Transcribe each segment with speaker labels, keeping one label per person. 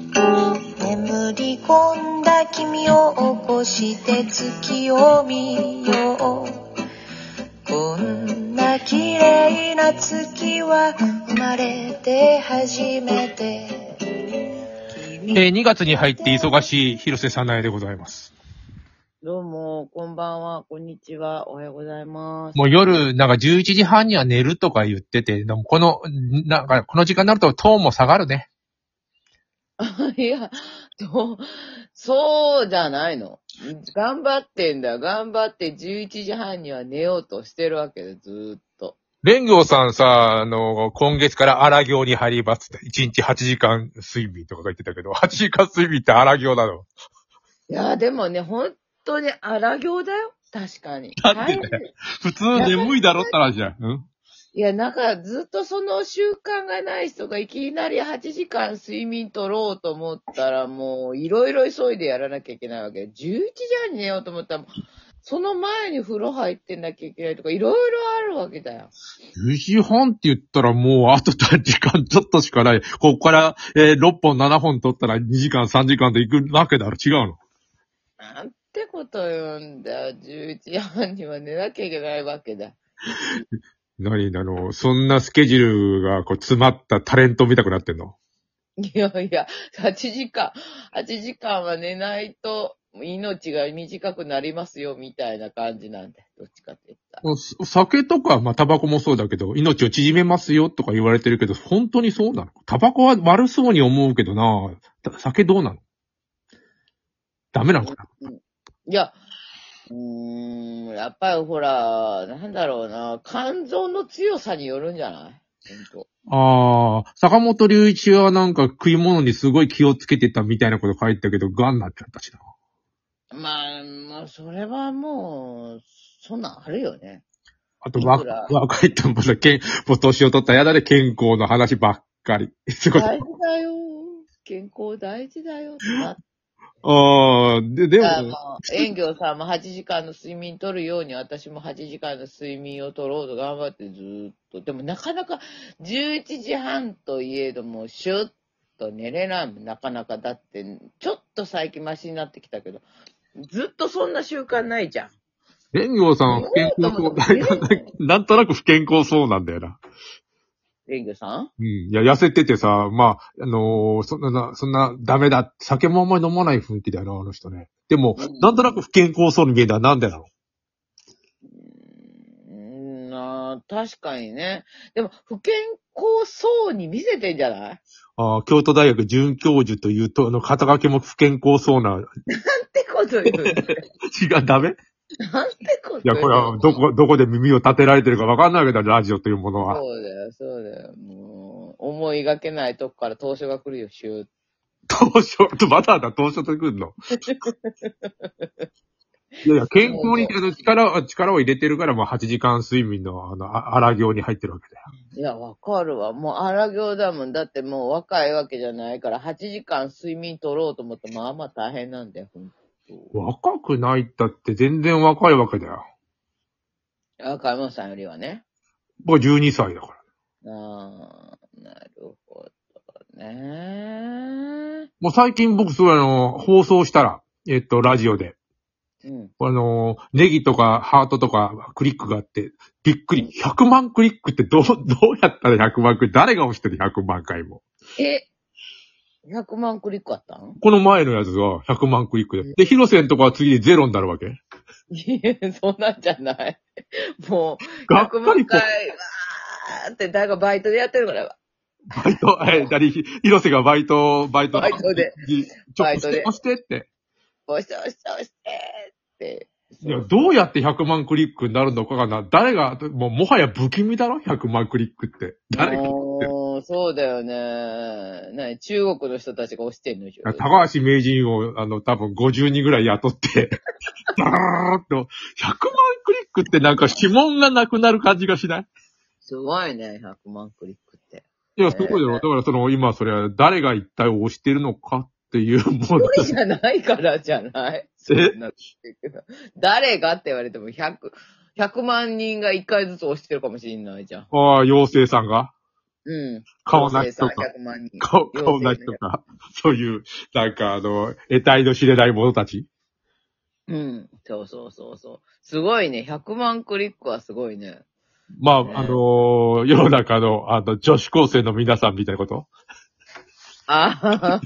Speaker 1: 眠り込んだ君を起こして月を見ようこんな綺麗な月は生まれて初めて
Speaker 2: えー2月に入って忙しい広瀬さなえでございます。
Speaker 3: どうも、こんばんは、こんにちは、おはようございます。
Speaker 2: もう夜、なんか11時半には寝るとか言ってて、でもこの、なんかこの時間になるとトーンも下がるね。
Speaker 3: いや、どうそうじゃないの。頑張ってんだ。頑張って11時半には寝ようとしてるわけで、ずーっと。
Speaker 2: レンギョさんさ、あの、今月から荒行に入りますって、1日8時間睡眠とか言ってたけど、8時間睡眠って荒行なの。
Speaker 3: いや、でもね、本当に荒行だよ。確かに。
Speaker 2: だってね
Speaker 3: 大変
Speaker 2: 普通眠いだろったらじゃん。うん
Speaker 3: いや、なんかずっとその習慣がない人がいきなり8時間睡眠取ろうと思ったらもういろいろ急いでやらなきゃいけないわけで。11時半に寝ようと思ったらもうその前に風呂入ってなきゃいけないとかいろいろあるわけだよ。
Speaker 2: 10時半って言ったらもうあと短時間ちょっとしかない。ここから、え6本7本取ったら2時間3時間で行くわけだろ。違うの。
Speaker 3: なんてこと言うんだよ。11時半には寝なきゃいけないわけだ。
Speaker 2: 何あの、そんなスケジュールがこう詰まったタレント見たくなってんの
Speaker 3: いやいや、8時間、8時間は寝ないと命が短くなりますよみたいな感じなんだよ。どっちかって言ったら。
Speaker 2: おお酒とか、まあ、タバコもそうだけど、命を縮めますよとか言われてるけど、本当にそうなのタバコは悪そうに思うけどな、た酒どうなのダメなのかない
Speaker 3: や、うーん、やっぱりほら、なんだろうな、肝臓の強さによるんじゃない本
Speaker 2: ああ、坂本隆一はなんか食い物にすごい気をつけてたみたいなこと書いてたけど、ガンになっちゃったしな。
Speaker 3: 当まあ、まあ、それはもう、そんなんあるよね。
Speaker 2: あと、わ
Speaker 3: いくら
Speaker 2: 若いとまだけん、 もう年を取ったらやだね、健康の話ばっかり。 すごい。
Speaker 3: 大事だよ。健康大事だよ。だっ
Speaker 2: ああ、で、でも、
Speaker 3: てもう、遠業さんも8時間の睡眠取るように、私も8時間の睡眠を取ろうと頑張ってずーっと。でもなかなか、11時半といえども、シュッと寝れないもんなかなか。だって、ちょっと最近マシになってきたけど、ずっとそんな習慣ないじゃん。
Speaker 2: 蓮ンさんは不健康そうだ
Speaker 3: えー。
Speaker 2: なんとなく不健康そうなんだよな。
Speaker 3: 遠業さん
Speaker 2: うん。いや、痩せててさ、まあ、あのーそんな、そんな、ダメだ。酒もあんまり飲まない雰囲気だよな、あの人ね。でも
Speaker 3: うん、
Speaker 2: なんとなく不健康そうに見えたらなんでだろ。
Speaker 3: うーんなあ確かにね。でも、不健康そうに見せてんじゃないう
Speaker 2: ああ、京都大学准教授というと、あの、肩書きも不健康そうな、
Speaker 3: ってこと言う。
Speaker 2: 違う、ダメ
Speaker 3: なんてこと言
Speaker 2: い
Speaker 3: う。
Speaker 2: や、これは、どこ、どこで耳を立てられてるかわかんないわけだ、ラジオというものは。
Speaker 3: そうだよ、そうだよ。もう、思いがけないとこから当初が来るよ、シューッ
Speaker 2: 当初、まだだ、当初とくんの。いやいや、健康にあの力を、力を入れてるから、もう8時間睡眠の、あの、あ荒行に入ってるわけだよ。
Speaker 3: いや、わかるわ。もう荒行だもん。だってもう若いわけじゃないから、8時間睡眠取ろうと思って、まあまあ大変なんだよ、ほんと
Speaker 2: 若くないったって全然若いわけだよ。
Speaker 3: 若いもんさんよりはね。
Speaker 2: 僕は12歳だから。
Speaker 3: ああ、なるほどね。
Speaker 2: もう最近僕、そうあの、放送したら、えっと、ラジオで、
Speaker 3: うん。
Speaker 2: あの、ネギとかハートとかクリックがあって、びっくり。100万クリックってどう、どうやったら100万クリック誰が押してる100万回も。
Speaker 3: え、100万クリックあったん
Speaker 2: この前のやつが100万クリックで。で、広瀬のとこは次でゼロになるわけ
Speaker 3: いえ、そんなんじゃない。もう、
Speaker 2: がっ
Speaker 3: 100
Speaker 2: かり
Speaker 3: 万
Speaker 2: こ
Speaker 3: 回、わーって、誰かバイトでやってるから、
Speaker 2: う、バイト、え、だり、広瀬がバイト、バイト。
Speaker 3: バイトで。
Speaker 2: ちょ
Speaker 3: バ
Speaker 2: っ
Speaker 3: イ
Speaker 2: と
Speaker 3: トで
Speaker 2: 押してって。
Speaker 3: 押して押して押してって。
Speaker 2: いや、どうやって100万クリックになるのかがな、誰が、もう、もはや不気味だろ ?100 万クリックって。誰が
Speaker 3: もうそうだよね。なに中国の人たちが押してんのじゃ。
Speaker 2: 高橋名人を、あの、多分50人ぐらい雇って、ダーッと、100万クリックってなんか指紋がなくなる感じがしない
Speaker 3: すごいね、100万クリックって。
Speaker 2: いや、そうだよ。だからその、今それは誰が一体押してるのかっていう、もう、
Speaker 3: 一人じゃないからじゃないそんなこと言うけど誰がって言われても100、 100万人が1回ずつ押してるかもしれないじゃん。
Speaker 2: ああ、妖精さんが
Speaker 3: うん。
Speaker 2: 顔なしとか。
Speaker 3: 妖精さん100万人。
Speaker 2: 顔、顔なしとか。そういう、なんかあの、得体の知れない者たち。
Speaker 3: うん。そうそうそうそう。すごいね。100万クリックはすごいね。
Speaker 2: まあ、
Speaker 3: ね
Speaker 2: あのー世の中の、あの、女子高生の皆さんみたいなこと。
Speaker 3: あ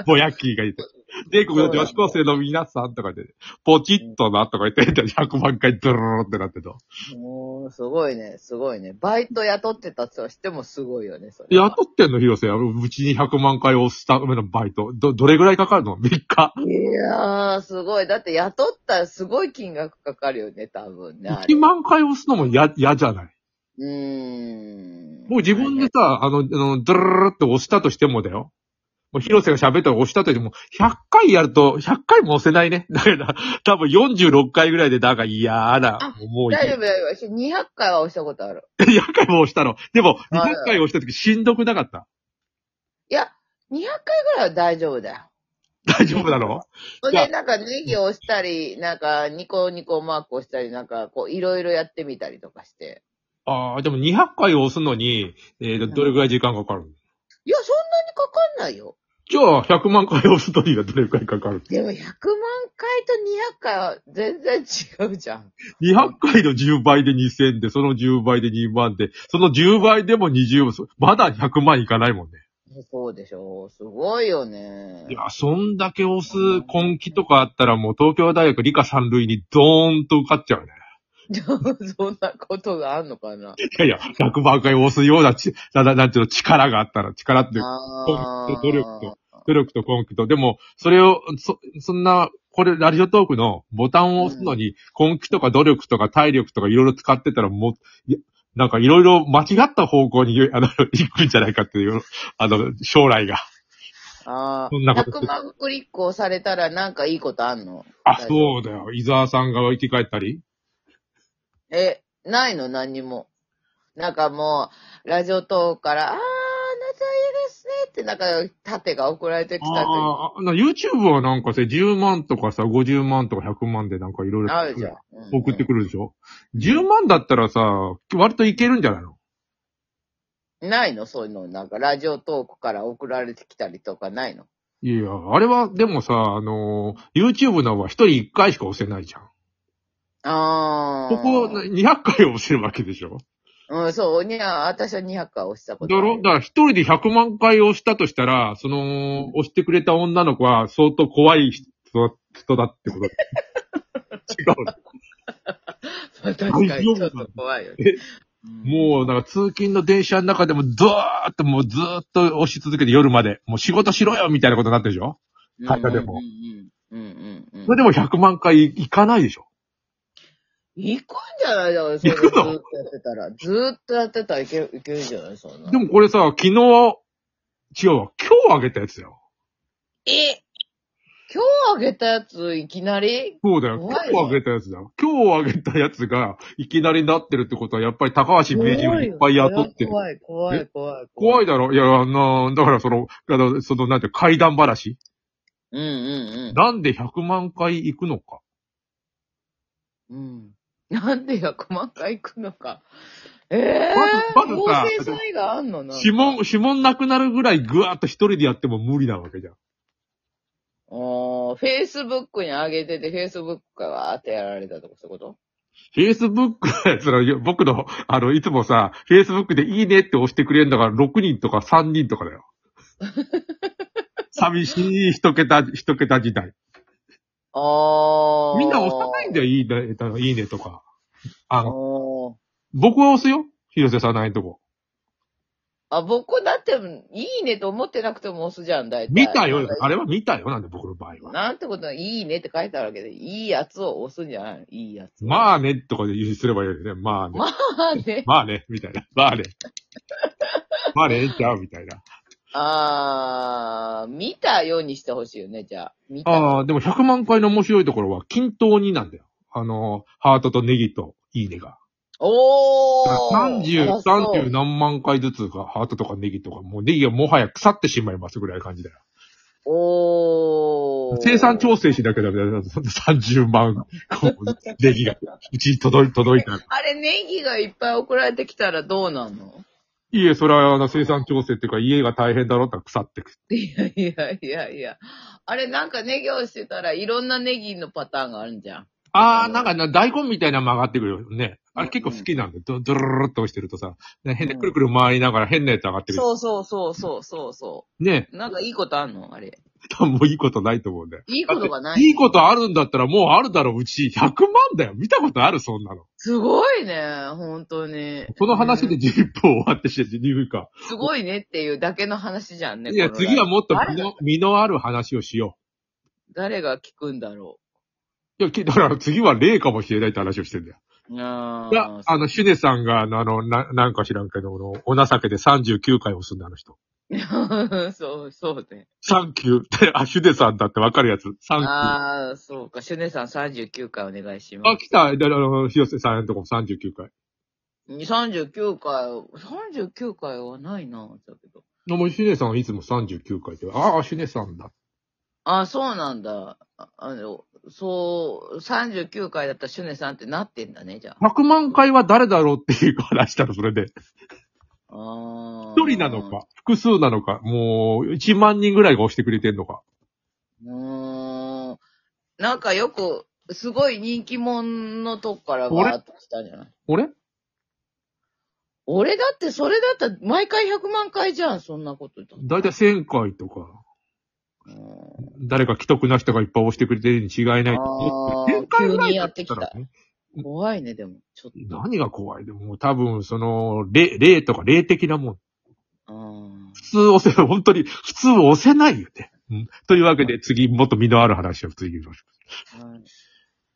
Speaker 3: あ。
Speaker 2: ぼやっきーが言って。全国の女子高生の皆さんとかで、ポチッとなとか言って、100万回ドロロロってなってた。
Speaker 3: もう、すごいね。すごいね。バイト雇ってたとしてもすごいよね、それは。
Speaker 2: 雇ってんの、広瀬。あのうちに100万回押すためのバイト。ど、どれぐらいかかるの ?3 日。
Speaker 3: いやー、すごい。だって雇ったらすごい金額かかるよね、多分ね。あれ
Speaker 2: 1万回押すのもや、嫌じゃない。
Speaker 3: うーん。
Speaker 2: もう自分でさ、あの、あの、ドロロロって押したとしてもだよ。もう広瀬が喋ったら押したとしても、100回やると、100回も押せないね。だから、多分46回ぐらいで、なんか嫌な
Speaker 3: あ、
Speaker 2: 思い
Speaker 3: 大丈
Speaker 2: で。
Speaker 3: 夫、大丈夫。私200回は押したことある。
Speaker 2: 100回も押したの。でも、
Speaker 3: あ
Speaker 2: 200回押した時しんどくなかった。
Speaker 3: いや、200回ぐらいは大丈夫だよ。
Speaker 2: 大丈夫なの
Speaker 3: ほん
Speaker 2: いや
Speaker 3: で、なんかネギを押したり、なんかニコニコマークをしたり、なんかこう、いろいろやってみたりとかして。
Speaker 2: ああ、でも200回押すのに、えっ、と、どれぐらい時間かかるの
Speaker 3: いや、そんなにかかんないよ。
Speaker 2: じゃあ、100万回押すのにはどれくらいかかる
Speaker 3: でも100万回と200回は全然違うじゃん。
Speaker 2: 200回の10倍で2000で、その10倍で2万で、その10倍でも20万、そまだ100万いかないもんね。
Speaker 3: そうでしょう。すごいよね
Speaker 2: い。や、そんだけ押す根気とかあったらもう東京大学理科三類にドーンと受かっちゃうね。
Speaker 3: そんなことがあんのかない
Speaker 2: やいや、100万回押すようなち、な、ななんていうの、力があったら、力っていうか
Speaker 3: あー
Speaker 2: 努力と。努力と根気と。でも、それを、そ、そんな、これ、ラジオトークのボタンを押すのに、根気とか努力とか体力とかいろいろ使ってたら、もう、いやなんかいろいろ間違った方向に、あの、行くんじゃないかっていう、あの、将来が。
Speaker 3: あ
Speaker 2: そんな
Speaker 3: あ。
Speaker 2: こと
Speaker 3: 100万クリックをされたらなんかいいことあんの
Speaker 2: あ、そうだよ。伊沢さんが生き返ったり。
Speaker 3: え、ないの何にも。なんかもう、ラジオトークから、あー、あなたいいですねって、なんか、盾が送られてきたと
Speaker 2: ああ、な YouTube はなんかさ、10万とかさ、50万とか100万でなんかいろい
Speaker 3: き
Speaker 2: ろ
Speaker 3: あるじゃん。うん
Speaker 2: 送ってくるでしょ ?10 万だったらさ、割といけるんじゃないの
Speaker 3: ないのそういうの。なんか、ラジオトークから送られてきたりとかないの
Speaker 2: いや、あれは、でもさ、あのー YouTube のは一人一回しか押せないじゃん。
Speaker 3: あー。
Speaker 2: ここ200回押せるわけでしょ
Speaker 3: うん、そう、にゃ、私は200回押したこ
Speaker 2: だ
Speaker 3: とある
Speaker 2: ろだから一人で100万回押したとしたら、その、押してくれた女の子は相当怖い人だ人だってこと。 違う。
Speaker 3: 確かに、ちょっと怖いよね。
Speaker 2: もう、だから通勤の電車の中でもずーっともうずーっと押し続けて夜まで、もう仕事しろよみたいなことになってるでしょ
Speaker 3: うん、
Speaker 2: 会社でも
Speaker 3: うんうんうんうんうん。
Speaker 2: それでも100万回いかないでしょ
Speaker 3: 行くんじゃないだから、それ
Speaker 2: 行くの
Speaker 3: ずーっとやってたら。ずーっとやってたらいける、いけるんじゃないそんな。
Speaker 2: でもこれさ、昨日、違うわ、今日あげたやつだよ。
Speaker 3: え今日あげたやつ、いきなり
Speaker 2: そうだよ。今
Speaker 3: 怖い
Speaker 2: 日あげたやつだよ。今日あげたやつが、いきなりなってるってことは、やっぱり高橋名人をいっぱい雇ってる。
Speaker 3: 怖い、怖い、怖い。
Speaker 2: 怖い
Speaker 3: だ。
Speaker 2: だろいや、あの、だからその、あの、その、なんていうの、怪談話
Speaker 3: うんうん
Speaker 2: なんで100万回行くのか。
Speaker 3: うん。うん。なんで100万回行くのか。ええー、
Speaker 2: まずまずさ
Speaker 3: 合成差異があんのな。
Speaker 2: 指紋、指紋なくなるぐらいぐわーっと一人でやっても無理なわけじゃん。
Speaker 3: おー、フェイスブックに上げてて、フェイスブックからわーってやられたとか、そういうこと
Speaker 2: Facebook、その、僕の、あの、いつもさ、Facebook でいいねって押してくれるのが6人とか3人とかだ よ。寂しい一桁、一桁時代。
Speaker 3: あー。
Speaker 2: みんな押さないんだよ、いいね、いいねとか。あの、
Speaker 3: おー
Speaker 2: 僕は押すよ。広瀬さんないとこ。
Speaker 3: あ、僕だって、いいねと思ってなくても押すじゃん、大体。
Speaker 2: 見たよ。あれは見たよ、なんで僕の場合は。
Speaker 3: なんてことない、いいねって書いてあるわけで、いいやつを押すんじゃないのいいやつ。
Speaker 2: ま
Speaker 3: あ。
Speaker 2: あね、とかで言うすればいいよね。まあね。
Speaker 3: まあ ね。
Speaker 2: まあね、みたいな。まあね。まあね、ええんちゃう、みたいな。
Speaker 3: あー、見たようにしてほしいよね、じゃあ。見た。
Speaker 2: ああ、でも100万回の面白いところは均等になんだよ。あの、ハートとネギといいねが。
Speaker 3: おー
Speaker 2: 30、
Speaker 3: あそう
Speaker 2: 30何万回ずつがハートとかネギとか、もうネギがもはや腐ってしまいますぐらいの感じだよ。
Speaker 3: おー。
Speaker 2: 生産調整しなきゃダメだよ。30万、こう、ネギが、うちに届い、届いたら。
Speaker 3: あれ、ネギがいっぱい送られてきたらどうなんの
Speaker 2: いいえ、それはあの生産調整っていうか、家が大変だろうって腐ってく。
Speaker 3: いやいやいやいや。あれ、なんかネギをしてたらいろんなネギのパターンがあるんじゃん。
Speaker 2: ああ、なんかな、大根みたいなの曲がってくるよね。あれ結構好きなんだよ。ドドロロロっと押してるとさ、ね、変で
Speaker 3: うん
Speaker 2: くるくる回りながら変なやつ上がってくる。
Speaker 3: そうそうそうそうそうそ
Speaker 2: ね
Speaker 3: う。なんかいいことあんのあれ。
Speaker 2: 多分もういいことないと思うんだよ。
Speaker 3: いいことがない。
Speaker 2: いいことあるんだったらもうあるだろう、うち。100万だよ。見たことある、そんなの。
Speaker 3: すごいね、本当に。
Speaker 2: この話で
Speaker 3: うん
Speaker 2: 11分終わってして、12分か。
Speaker 3: すごいねっていうだけの話じゃんね。
Speaker 2: いや、
Speaker 3: この
Speaker 2: 次はもっと
Speaker 3: 誰
Speaker 2: 身
Speaker 3: が
Speaker 2: の、身のある話をしよ
Speaker 3: 誰が聞くんだろ
Speaker 2: う。いや、き だから次は例かもしれないって話をしてんだよ。
Speaker 3: う。あ
Speaker 2: いや
Speaker 3: ー、
Speaker 2: あの、シュネさんが、あの、あのななんか知らんけど、あのお情けで39回押すんだ、あの人。
Speaker 3: そう、そうね。
Speaker 2: サンキュー って、あ、シュネさんだってわかるやつ。サンキュー。
Speaker 3: ああ、そうか。シュネさん39回お願いしま
Speaker 2: あ、来た、だあの、広瀬さんのとこも39回。
Speaker 3: す。39回、39回はないな、だけど。
Speaker 2: のもうシュネさんはいつも39回って、ああ、シュネさんだ。
Speaker 3: あそうなんだ。ああの、そう、39回だったらシュネさんってなってんだね、じゃあ。
Speaker 2: 100万回は誰だろうっていう話したら、それで。
Speaker 3: あー
Speaker 2: 一人なの。か、複数なのか、もう、1万人ぐらいが押してくれてんのか。
Speaker 3: うーん。なんかよく、すごい人気者のとこからバーっと来たんじゃない
Speaker 2: 俺
Speaker 3: 俺だって、それだったら、毎回100万回じゃん、そんなこと言った
Speaker 2: だいたい1000回とか、誰か既得な人がいっぱい押してくれてるに違いない。
Speaker 3: あ
Speaker 2: 1000
Speaker 3: ー
Speaker 2: 回ぐ
Speaker 3: 急
Speaker 2: らい
Speaker 3: にや
Speaker 2: だっ
Speaker 3: ってき
Speaker 2: た
Speaker 3: た
Speaker 2: ら。ね。
Speaker 3: うん怖いね、でも。ちょっ
Speaker 2: 何が怖いでもう多分、その、霊、霊とか霊的なもん。
Speaker 3: と。うん
Speaker 2: 普通押せ、本当に、普通押せないよね。うんというわけで、次、もっと身のある話を次行きましょう。
Speaker 3: うん